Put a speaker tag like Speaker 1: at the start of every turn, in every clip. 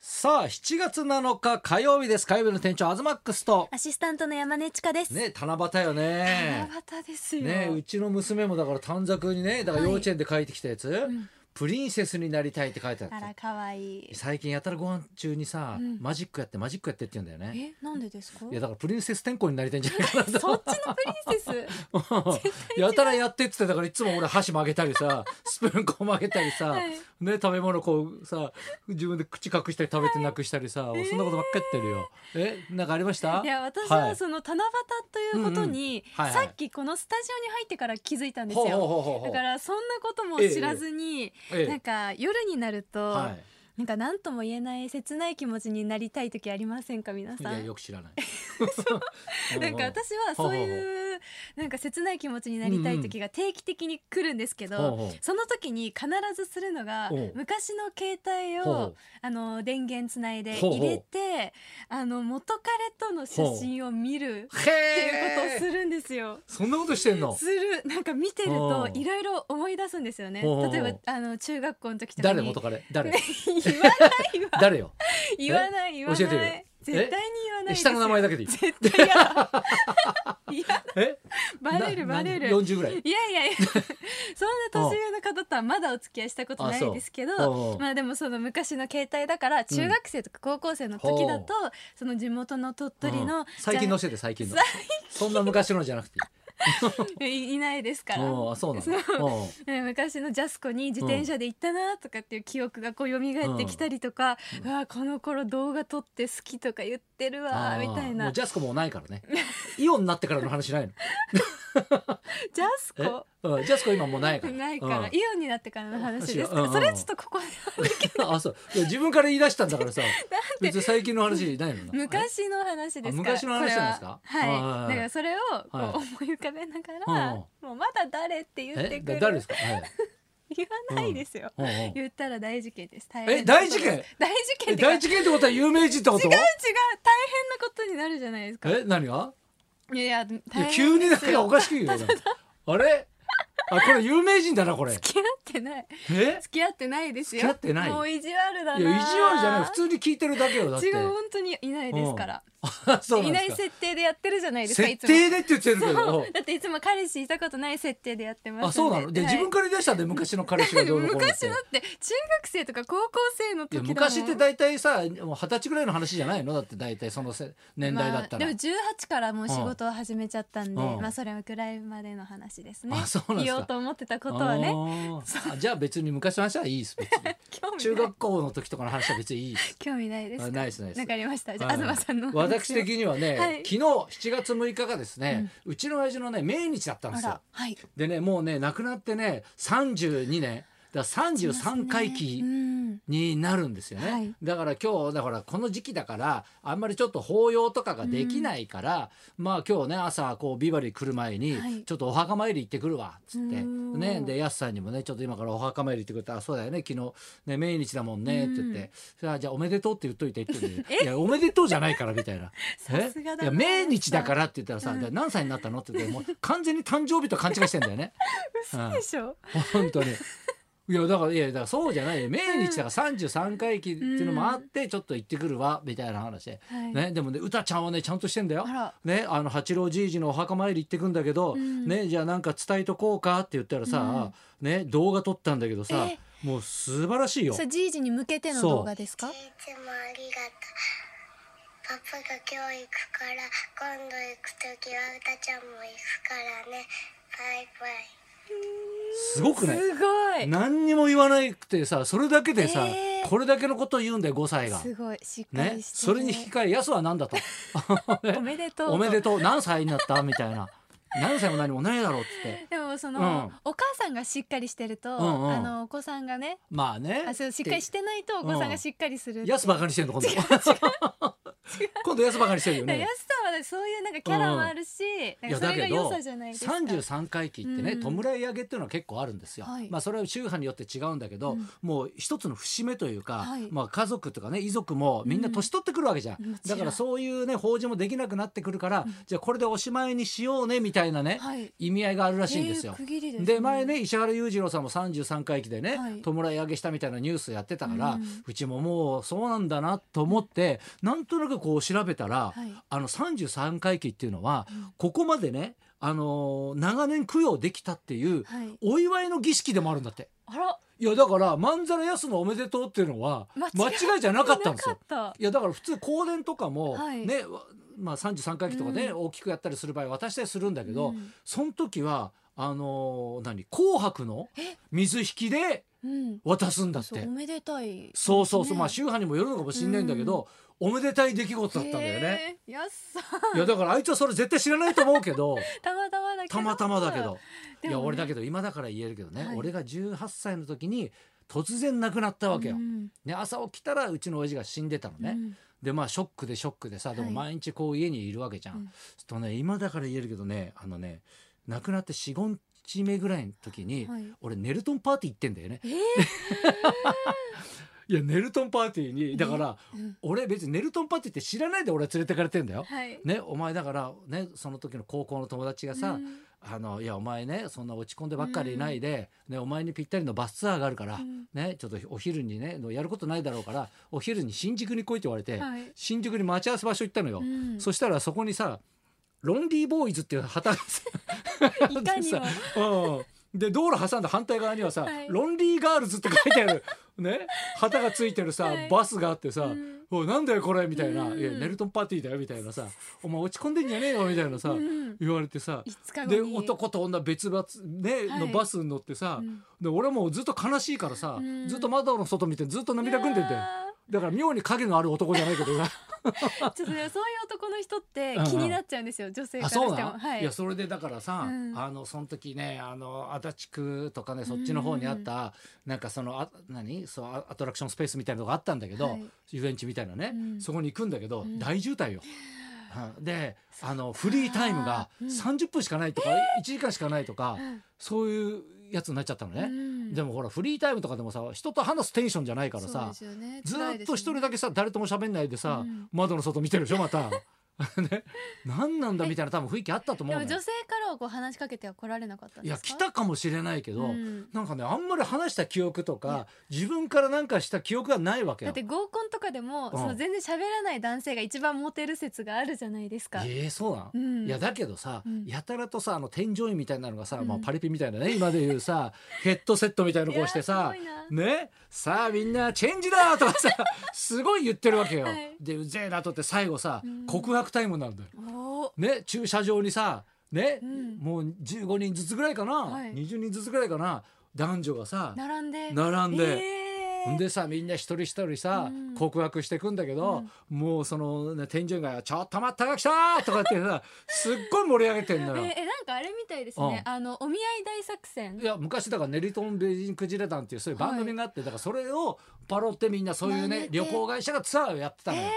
Speaker 1: さあ7月7日火曜日です火曜日の店長アズマックスと
Speaker 2: アシスタントの山根千佳です。
Speaker 1: ね七夕よね
Speaker 2: 七夕ですよ。
Speaker 1: ねうちの娘もだから短冊にねだから幼稚園で書いてきたやつ、
Speaker 2: ん
Speaker 1: プリンセスになりたいって書いてあっ
Speaker 2: あ
Speaker 1: た
Speaker 2: ら可愛い。
Speaker 1: 最近やたらご飯中にさ、
Speaker 2: うん
Speaker 1: マジックやってマジックやってって言うんだよね
Speaker 2: え、なんでですか？
Speaker 1: いやだからプリンセス天候になりたいんじゃないかなと
Speaker 2: そっちのプ リンセス。
Speaker 1: やたらやってっつってだからいつも俺箸曲げたり さスプーンこう曲げたりさ、
Speaker 2: はい
Speaker 1: ね食べ物こうさ自分で口隠したり食べてなくしたりさ、そんなことばっかやってるよえなんかありました
Speaker 2: いや私
Speaker 1: は
Speaker 2: はいその七夕ということに、
Speaker 1: うんうんはいはい
Speaker 2: さっきこのスタジオに入ってから気づいたんです
Speaker 1: ほうほう
Speaker 2: よ。
Speaker 1: ほうほうほ
Speaker 2: だ
Speaker 1: う
Speaker 2: からそんなことも知らずに、
Speaker 1: え
Speaker 2: なんか夜になると、
Speaker 1: はい
Speaker 2: なんか何とも言えない切ない気持ちになりたい時ありませんか皆
Speaker 1: い
Speaker 2: さ
Speaker 1: や
Speaker 2: ん。
Speaker 1: よく知らない
Speaker 2: なんか私はそういうなんか切ない気持ちになりたい時が定期的に来るんですけど、
Speaker 1: ほうほう
Speaker 2: その時に必ずするのが
Speaker 1: おう
Speaker 2: 昔の携帯
Speaker 1: ほう
Speaker 2: を
Speaker 1: ほ
Speaker 2: あの電源つないで
Speaker 1: ほうほう
Speaker 2: 入れてあの元彼との写真を見る
Speaker 1: うへ
Speaker 2: っていうことを
Speaker 1: え
Speaker 2: するんですよ。
Speaker 1: そんなことしてんの
Speaker 2: するなんか見てる
Speaker 1: お
Speaker 2: と
Speaker 1: う
Speaker 2: いろいろ思い出すんですよね。
Speaker 1: おう
Speaker 2: 例えばあの中学校の時とかに
Speaker 1: 誰元彼誰
Speaker 2: 言わないわ
Speaker 1: 誰 よ
Speaker 2: 言わない言わ
Speaker 1: 教え
Speaker 2: な
Speaker 1: て
Speaker 2: い絶対に言わないです
Speaker 1: 下
Speaker 2: よ
Speaker 1: の名前だけ でいい
Speaker 2: 絶 対嫌だ嫌だ
Speaker 1: え
Speaker 2: バレる
Speaker 1: な
Speaker 2: バレる
Speaker 1: な40ぐらい
Speaker 2: いやいや いやそんな年上の方とはまだお付き合いしたことないですけ
Speaker 1: あそうおうお
Speaker 2: ど
Speaker 1: う
Speaker 2: まあでもその昔の携帯だから中学生とか高校生の時だと、その地元の鳥取
Speaker 1: う
Speaker 2: の
Speaker 1: ん、最近の
Speaker 2: じ
Speaker 1: 教えて最近の
Speaker 2: 最
Speaker 1: そんな昔のじゃなくていい
Speaker 2: ゃいいないですから。
Speaker 1: うんあそうなのうん
Speaker 2: ね昔のジャスコに自転車で行ったなとかっていう記憶がこう蘇ってきたりとか、うわこの頃動画撮って好きとか言ってるわ
Speaker 1: あー
Speaker 2: みたい
Speaker 1: も
Speaker 2: な
Speaker 1: うジャスコもうないからねイオンになってからの話ないの
Speaker 2: ジャス
Speaker 1: え
Speaker 2: コ、
Speaker 1: うん、ジャスコ今もうないから
Speaker 2: ないから、
Speaker 1: うん
Speaker 2: イオンになってからの話ですから、
Speaker 1: うんうん
Speaker 2: それはちょっとここで
Speaker 1: あそういや自分から言い出したんだ からさ
Speaker 2: で
Speaker 1: 別に最近の話ないのな
Speaker 2: 昔の話ですから
Speaker 1: あ昔の話なんですか
Speaker 2: こ
Speaker 1: は
Speaker 2: れは
Speaker 1: いはいは
Speaker 2: はいいだからそれをこう
Speaker 1: はい
Speaker 2: 思い浮かべながら、
Speaker 1: うん
Speaker 2: もうまだ誰って言って
Speaker 1: え
Speaker 2: く
Speaker 1: だ
Speaker 2: る
Speaker 1: 誰ですか、はい
Speaker 2: 言わないですよ、
Speaker 1: うんうん
Speaker 2: 言ったら大事件です大
Speaker 1: え
Speaker 2: 変なこと
Speaker 1: 大事件
Speaker 2: 大事件
Speaker 1: え
Speaker 2: ってか
Speaker 1: 大事件ってことは有名人ってこと
Speaker 2: 違う違う大変なことになるじゃないですか
Speaker 1: え何が
Speaker 2: いやいや
Speaker 1: いや
Speaker 2: 大
Speaker 1: 急に
Speaker 2: 変で
Speaker 1: なん
Speaker 2: す
Speaker 1: かお
Speaker 2: よ
Speaker 1: かしく言うよなんかあれあこれ有名人だなこれ
Speaker 2: 付き合ってない
Speaker 1: え
Speaker 2: 付き合ってないですよ
Speaker 1: 付き合ってない
Speaker 2: もう意地悪だない
Speaker 1: いや意地悪じゃない普通に聞いてるだけよだって
Speaker 2: 違う本当にいないですから、
Speaker 1: あそうないんで
Speaker 2: な
Speaker 1: す
Speaker 2: い
Speaker 1: か
Speaker 2: 設定でやってるじゃないですかい
Speaker 1: 設
Speaker 2: つも
Speaker 1: 定でって言ってるけ
Speaker 2: そ
Speaker 1: ど
Speaker 2: うだっていつも彼氏いたことない設定でやってますん
Speaker 1: あそうなので、
Speaker 2: はい
Speaker 1: 自分から言い出したんで昔の彼氏がどうのこうのって
Speaker 2: 昔だって中学生とか高校生の
Speaker 1: いや
Speaker 2: 時だもん
Speaker 1: 昔って大体さもう二十歳ぐらいの話じゃないのだって大体そのせ年代だったら、
Speaker 2: まあ、でも18からもう仕事を始めちゃった
Speaker 1: う
Speaker 2: んで、
Speaker 1: ん
Speaker 2: まあそれはくらいまでの話ですね
Speaker 1: あそうなんですか
Speaker 2: 言おうと思ってたことはね
Speaker 1: あーあじゃあ別に昔の話はいいです別に
Speaker 2: 興味
Speaker 1: 中
Speaker 2: ない
Speaker 1: 学校の時とかの話は別にいいです
Speaker 2: 興味ないです
Speaker 1: あ
Speaker 2: か
Speaker 1: ないですないです
Speaker 2: わかりましたじゃ
Speaker 1: は
Speaker 2: あ
Speaker 1: い
Speaker 2: 東さんのお話を
Speaker 1: 私的にはね、
Speaker 2: はい
Speaker 1: 昨日7月6日がですね、うちの親父のね命日だったんで
Speaker 2: あ
Speaker 1: すよ
Speaker 2: らはい
Speaker 1: でねもうね亡くなってね32年だから33回忌
Speaker 2: うん
Speaker 1: になるんですよね、
Speaker 2: はい
Speaker 1: だから今日だからこの時期だからあんまりちょっと法要とかができないから、まあ今日ね朝こうビバリー来る前に、
Speaker 2: はい
Speaker 1: ちょっとお墓参り行ってくるわっつって
Speaker 2: うん
Speaker 1: ねでやすさんにもねちょっと今からお墓参り行ってくれたあそうだよね昨日ね命日だもんねって言っ
Speaker 2: う
Speaker 1: て、それはじゃあおめでとうって言っといてって 言っていやおめでとうじゃないからみたいな
Speaker 2: さすがだ
Speaker 1: えいや
Speaker 2: な
Speaker 1: 命日だからって言ったらさ、で何歳になったのって言ってもう完全に誕生日と勘違いしてんだよ ね。うん
Speaker 2: でしょ
Speaker 1: 本当に。いやだからいやだからそうじゃないよ命日だから33回忌っていうのもあってちょっと行ってくるわみたいな話で、
Speaker 2: はい
Speaker 1: ね、でもね歌ちゃんはねちゃんとしてんだよ
Speaker 2: あら。
Speaker 1: ね、あの八郎じいじのお墓参り行ってくんだけど、
Speaker 2: ん
Speaker 1: ね、じゃあなんか伝えとこうかって言ったらさ、ね、動画撮ったんだけどさ
Speaker 2: え
Speaker 1: もう素晴らしいよ
Speaker 2: そ。れじいじに向けての
Speaker 1: そう
Speaker 2: 動画ですか
Speaker 3: いつもありがとう。パパが今日行くから、今度行くときは歌ちゃんも行くからね。バイバイ。
Speaker 1: すごくない
Speaker 2: すごい
Speaker 1: 何にも言わなくてさそれだけでさ、
Speaker 2: えー
Speaker 1: これだけのことを言うんだよ5歳が。
Speaker 2: すごいしっか
Speaker 1: ね
Speaker 2: り、して
Speaker 1: そ
Speaker 2: る
Speaker 1: れに引き換えやすは何だと。
Speaker 2: おめでとう
Speaker 1: おめでとう何歳になったみたいな何歳も何もないだろうっつって
Speaker 2: でもその、
Speaker 1: うん
Speaker 2: お母さんがしっかりしてると、
Speaker 1: んうん
Speaker 2: あのお子さんがね
Speaker 1: まあね
Speaker 2: あそうしっかりしてないとお子さんがしっかりするっていう
Speaker 1: やすばかりしてんの今度今度やすばかりしてるよ
Speaker 2: だから
Speaker 1: ね
Speaker 2: 安さんはだそうそういうなんかキャラもあるし、
Speaker 1: い
Speaker 2: な
Speaker 1: や
Speaker 2: んか
Speaker 1: だ
Speaker 2: それが
Speaker 1: け
Speaker 2: 良
Speaker 1: ど
Speaker 2: さじゃないですか
Speaker 1: 33回忌ってね、
Speaker 2: うん
Speaker 1: 弔い上げっていうのは結構あるんですよ、
Speaker 2: はい
Speaker 1: まあ、それは宗派によって違うんだけど、
Speaker 2: うん
Speaker 1: もう一つの節目というか、
Speaker 2: はい
Speaker 1: まあ、家族とかね遺族もみんな年取ってくるわけじゃん、
Speaker 2: うんもちろ
Speaker 1: だ
Speaker 2: ん
Speaker 1: からそういうね法事もできなくなってくるから、じゃあこれでおしまいにしようねみたいなね、
Speaker 2: はい
Speaker 1: 意味合いがあるらしいんですよ。
Speaker 2: えー区切りですね
Speaker 1: で前ね石原裕次郎さんも33回忌でね、
Speaker 2: はい
Speaker 1: 弔い上げしたみたいなニュースやってたから、う
Speaker 2: うん
Speaker 1: ちももうそうなんだなと思ってなんとなくこう調べたら、
Speaker 2: はい
Speaker 1: あの33回忌っていうのは、ここまでね、あのー長年供養できたっていう
Speaker 2: はい
Speaker 1: お祝いの儀式でもあるんだって。
Speaker 2: あら
Speaker 1: いやだからまんざらやすのおめでとうっていうのは
Speaker 2: 間違
Speaker 1: 間違いじゃなかったんですよ。
Speaker 2: なかっ
Speaker 1: いやだから普通香典とかも、
Speaker 2: はい
Speaker 1: ねわまあ、33回忌とかね、
Speaker 2: う
Speaker 1: 大きくやったりする場合渡したりするんだけど、
Speaker 2: うん
Speaker 1: その時はあのー何紅白の水引きで
Speaker 2: たうん
Speaker 1: 渡すんだっ
Speaker 2: そう
Speaker 1: て
Speaker 2: おめでたい
Speaker 1: そうそうそう、まあ
Speaker 2: ね
Speaker 1: 宗派にもよるのかもしれないんだけど、おめでたい出来事だったんだよね。
Speaker 2: へーやっさ
Speaker 1: いやだからあいつはそれ絶対知らないと思うけ ど
Speaker 2: たまたまだけど
Speaker 1: たまたまだけど、
Speaker 2: でもね
Speaker 1: いや俺だけど今だから言えるけどね、
Speaker 2: はい
Speaker 1: 俺が18歳の時に突然亡くなったわけよ。
Speaker 2: うん
Speaker 1: ね、朝起きたらうちの親父が死んでたのね、
Speaker 2: うん
Speaker 1: でまあショックでショックでさでも
Speaker 2: はい
Speaker 1: 毎日こう家にいるわけじゃん。
Speaker 2: うん
Speaker 1: するとね今だから言えるけどねあのね亡くなって45日目ぐらいの時に、
Speaker 2: はい
Speaker 1: 俺ネルトンパーティー行ってんだよね。
Speaker 2: えー
Speaker 1: いやネルトンパーティーにだから、
Speaker 2: うん
Speaker 1: 俺別にネルトンパーティーって知らないで俺は連れてかれてんだよ。
Speaker 2: はい
Speaker 1: ね、お前だから、ね、その時の高校の友達がさ、
Speaker 2: うん
Speaker 1: あのいやお前ねそんな落ち込んでばっかりいないで、ね、お前にぴったりのバスツアーがあるから、
Speaker 2: うん
Speaker 1: ね、ちょっとお昼にねやることないだろうからお昼に新宿に来いって言われて、
Speaker 2: はい
Speaker 1: 新宿に待ち合わせ場所行ったのよ、
Speaker 2: うん
Speaker 1: そしたらそこにさロンリーボーイズっていう旗がさ
Speaker 2: いかにも
Speaker 1: うん、で道路挟んだ反対側にはさ、
Speaker 2: はい
Speaker 1: ロンリーガールズって書いて ある、ね、旗がついてるさ、
Speaker 2: はい
Speaker 1: バスがあってさ、
Speaker 2: うん
Speaker 1: おいなんだよこれみたいな、
Speaker 2: うん
Speaker 1: いやネルトンパーティーだよみたいなさお前落ち込んでんじゃねえよみたいなさ、
Speaker 2: うん
Speaker 1: 言われてさ
Speaker 2: 5日後に
Speaker 1: で男と女別々、ね
Speaker 2: はい
Speaker 1: のバスに乗ってさ、
Speaker 2: うん
Speaker 1: で俺もうずっと悲しいからさ、
Speaker 2: うん
Speaker 1: ずっと窓の外見てずっと涙ぐんでて
Speaker 2: いや
Speaker 1: だから妙に影のある男じゃないけどさ
Speaker 2: ーちょっとねそういう男の人っ
Speaker 1: う
Speaker 2: て
Speaker 1: んうん
Speaker 2: 気になっちゃうんですよ女性か
Speaker 1: あ
Speaker 2: らして
Speaker 1: そう
Speaker 2: も
Speaker 1: なの、
Speaker 2: はい
Speaker 1: やそれでだからさ、
Speaker 2: うん
Speaker 1: あのその時ねあの足立区とかねそっちの方にあった、なんかそのあ何そうアアトラクションスペースみたいなのがあったんだけど、
Speaker 2: はい
Speaker 1: 遊園地みたいなね、
Speaker 2: うん
Speaker 1: そこに行くんだけど、
Speaker 2: ん
Speaker 1: 大渋滞よ。うんであのフリータイムが30分しかないとか1時間しかないとか、そういうやつになっちゃったのね、
Speaker 2: うん
Speaker 1: でもほらフリータイムとかでもさ人と話すテンションじゃないから
Speaker 2: そう
Speaker 1: さ
Speaker 2: で、すよね
Speaker 1: ず
Speaker 2: 辛い
Speaker 1: ー
Speaker 2: で
Speaker 1: っ
Speaker 2: す
Speaker 1: と
Speaker 2: ね
Speaker 1: 一人だけさ誰とも喋んないでさ、
Speaker 2: うん
Speaker 1: 窓の外見てるでしょま た。ね、何なんだみたいな多分雰囲気あったと思
Speaker 2: で
Speaker 1: う
Speaker 2: も
Speaker 1: のよ
Speaker 2: 女性からはこう話しかけては来られなかった
Speaker 1: い
Speaker 2: んで
Speaker 1: や
Speaker 2: すか
Speaker 1: 来たかもしれないけど、
Speaker 2: うん
Speaker 1: なんかねあんまり話した記憶とか自分からなんかした記憶がないわけ
Speaker 2: だ
Speaker 1: よ
Speaker 2: っ。て合コンとかでも、
Speaker 1: ん
Speaker 2: その全然喋らない男性が一番モテる説があるじゃないですか。
Speaker 1: ええそうなん、
Speaker 2: うん
Speaker 1: いやだけどさ、
Speaker 2: うん
Speaker 1: やたらとさあの添乗員みたいなのがさ、まあ、
Speaker 2: うん
Speaker 1: パリピみたいなね今でいう さヘッドセットみたいなのこうしてさ
Speaker 2: いやーす
Speaker 1: ねさあみんなチェンジだとかさすごい言ってるわけよ。
Speaker 2: はい
Speaker 1: でうぜえなとって最後さ、
Speaker 2: うん
Speaker 1: 告白タイムなんだよ。
Speaker 2: おー
Speaker 1: ね駐車場にさね、
Speaker 2: うん
Speaker 1: もう15人ずつぐらいかな、
Speaker 2: はい
Speaker 1: 20人ずつぐらいかな男女がさ
Speaker 2: 並んで。
Speaker 1: 並んで。
Speaker 2: えー
Speaker 1: ほんでさみんな一人一人さ、
Speaker 2: うん
Speaker 1: 告白してくんだけど、もうその、ね、天井が「ちょっと待ったが来た!」とかってさすっごい盛り上げてんの
Speaker 2: え
Speaker 1: よ。
Speaker 2: えなんかあれみたいですね。
Speaker 1: う
Speaker 2: あのお見合い大作戦
Speaker 1: い。や昔だから「ネリトン・ベジン・クジラ団」っていうそういう番組があって、だからそれをパロってみんなそういう
Speaker 2: 真似
Speaker 1: ね
Speaker 2: て
Speaker 1: 旅行会社がツアーをやってたのよ。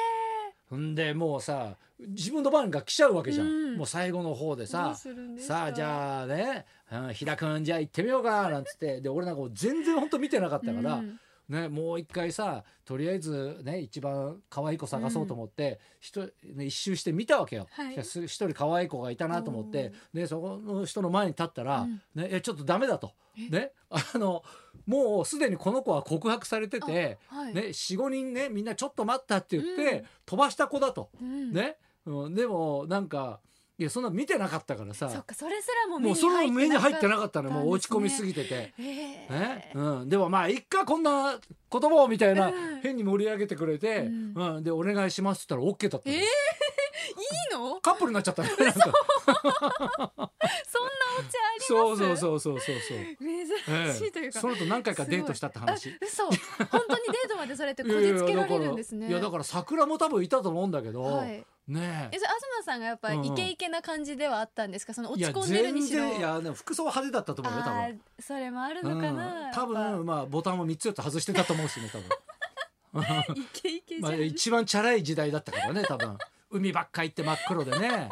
Speaker 1: ほんでもうさ自分の番が来ちゃうわけじゃん、
Speaker 2: うん
Speaker 1: もう最後の方で
Speaker 2: ど
Speaker 1: さ
Speaker 2: うするんですか
Speaker 1: さあじゃあね、うん、平君じゃあ行ってみようかなんつってで俺なんかもう全然ほんと見てなかったから、
Speaker 2: うん
Speaker 1: ね、もう一回さとりあえずね一番可愛い子探そうと思って、ひとね、一周して見たわけよ、
Speaker 2: はい
Speaker 1: そしたらす一人可愛い子がいたなと思ってでそこの人の前に立ったら、
Speaker 2: うん
Speaker 1: ね、いやちょっとダメだと、ね、あのもうすでにこの子は告白されてて、
Speaker 2: あはい
Speaker 1: ね、45人ねみんなちょっと待ったって言って、
Speaker 2: うん
Speaker 1: 飛ばした子だと。
Speaker 2: うん。
Speaker 1: ね、うん、でもなんかいやそんな見てなかったからさ
Speaker 2: そっかそれすらも
Speaker 1: もうそれも目に入ってなかったの
Speaker 2: んです
Speaker 1: もう
Speaker 2: ね
Speaker 1: 落ち込みす。ぎてて。
Speaker 2: えー
Speaker 1: ねうん、でもまあ一回こんな言葉をみたいな
Speaker 2: うん
Speaker 1: 変に盛り上げてくれて、
Speaker 2: うん
Speaker 1: うんで「お願いします」って言ったら OK だったの、
Speaker 2: えーいいの？
Speaker 1: カップルになっちゃったね なんか
Speaker 2: そんなオチあります？
Speaker 1: そうそうそうそうそうそう、
Speaker 2: 珍しいというか。
Speaker 1: その後何回かデートしたって話
Speaker 2: あ嘘。本当にデートまでそれってこじつけられるんですね。
Speaker 1: いやだからいやだから桜も多分いたと思うんだけど、
Speaker 2: はい
Speaker 1: ねえ
Speaker 2: えそれ東さんがやっぱ
Speaker 1: うんうん
Speaker 2: イケイケな感じではあったんですかその
Speaker 1: い
Speaker 2: 落ち
Speaker 1: や
Speaker 2: 込んでる
Speaker 1: 全
Speaker 2: にしろ
Speaker 1: 然いやでも服装派手だったと思うよ多分
Speaker 2: あーそれもある
Speaker 1: う
Speaker 2: のかな、
Speaker 1: ん、多分まあボタンを3つ4つ外してたと思うしね多分
Speaker 2: やっぱイケイケじ
Speaker 1: ま
Speaker 2: ゃ
Speaker 1: あ
Speaker 2: ん、
Speaker 1: 一番チャラい時代だったからね多分海ばっか行って真っ黒でね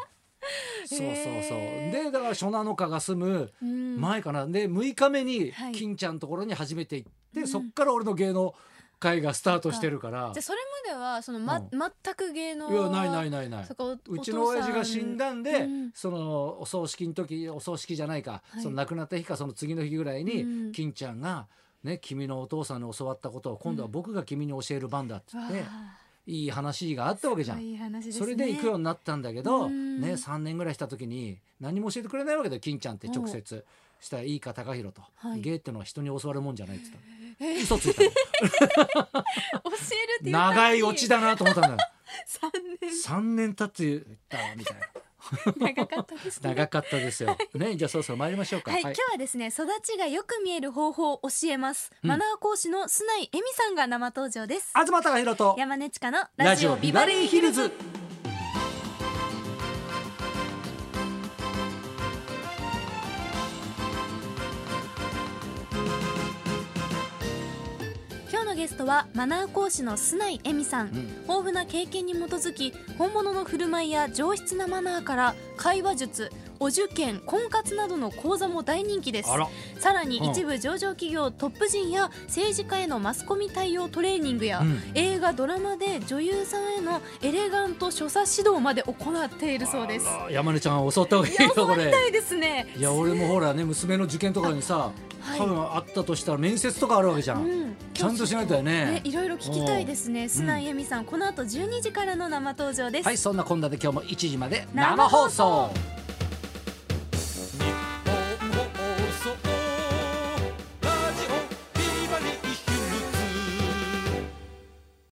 Speaker 1: そうそうそう
Speaker 2: へー
Speaker 1: でだから初七日が住む
Speaker 2: うん
Speaker 1: 前かなで6日目に
Speaker 2: はい
Speaker 1: 金ちゃんのところに初めて行って、
Speaker 2: うん
Speaker 1: そっから俺の芸能界がスタートしてるから
Speaker 2: じゃあそれまではその、ま
Speaker 1: うん
Speaker 2: 全く芸能
Speaker 1: いやないないいないないう
Speaker 2: そこお
Speaker 1: うちの親父が死んだんで、
Speaker 2: うん
Speaker 1: そのお葬式の時お葬式じゃないか、
Speaker 2: はい
Speaker 1: その亡くなった日かその次の日ぐらいに、
Speaker 2: うん
Speaker 1: 金ちゃんが、ね「君のお父さんに教わったことを今度は僕が君に教える番だ」って言って、いい話があったわけじゃん。
Speaker 2: いい話ですね
Speaker 1: それで行くようになったんだけど、
Speaker 2: うん
Speaker 1: ね、3年ぐらいした時に何も教えてくれないわけだよ金ちゃんって直接したらいいか高弘と、
Speaker 2: はい
Speaker 1: 芸ってのは人に教わるもんじゃないって言ったの
Speaker 2: えー
Speaker 1: 嘘ついたの
Speaker 2: 教えるっていう
Speaker 1: 長いオチ
Speaker 2: だ
Speaker 1: だなと思ったんだよ3
Speaker 2: 三
Speaker 1: 年経って言ったわみたいな
Speaker 2: 年長かったですね
Speaker 1: 長かったです よ。ね、じゃあそろそろ参りましょうか。
Speaker 2: はい、今日はですね育ちがよく見える方法を教えます、
Speaker 1: うん
Speaker 2: マナー講師の須内恵美さんが生登場です
Speaker 1: 東隆弘と
Speaker 2: 山根千佳の
Speaker 1: ラジオビバリーヒルズ。
Speaker 2: 今日のゲストはマナー講師の須内恵美さん、
Speaker 1: うん
Speaker 2: 豊富な経験に基づき本物の振る舞いや上質なマナーから会話術お受験婚活などの講座も大人気です
Speaker 1: あら、
Speaker 2: さらに
Speaker 1: うん
Speaker 2: 一部上場企業トップ陣や政治家へのマスコミ対応トレーニングや、
Speaker 1: うん
Speaker 2: 映画ドラマで女優さんへのエレガント所作指導まで行っているそうです。
Speaker 1: あら山根ちゃん襲った方がいいよこれ。
Speaker 2: 痛いですね。
Speaker 1: いや俺もほらね娘の受験とかにさ、
Speaker 2: はい
Speaker 1: 多分あったとしたら面接とかあるわけじゃん、
Speaker 2: うん
Speaker 1: ちゃんとしないとだよ
Speaker 2: ね
Speaker 1: ね、
Speaker 2: いろいろ聞きたいですね。須内恵美さん、この後12時からの生登場です。
Speaker 1: はいそんなこんなで今日も1時まで
Speaker 2: 生
Speaker 1: 生
Speaker 2: 放
Speaker 1: 放
Speaker 2: 送
Speaker 1: 送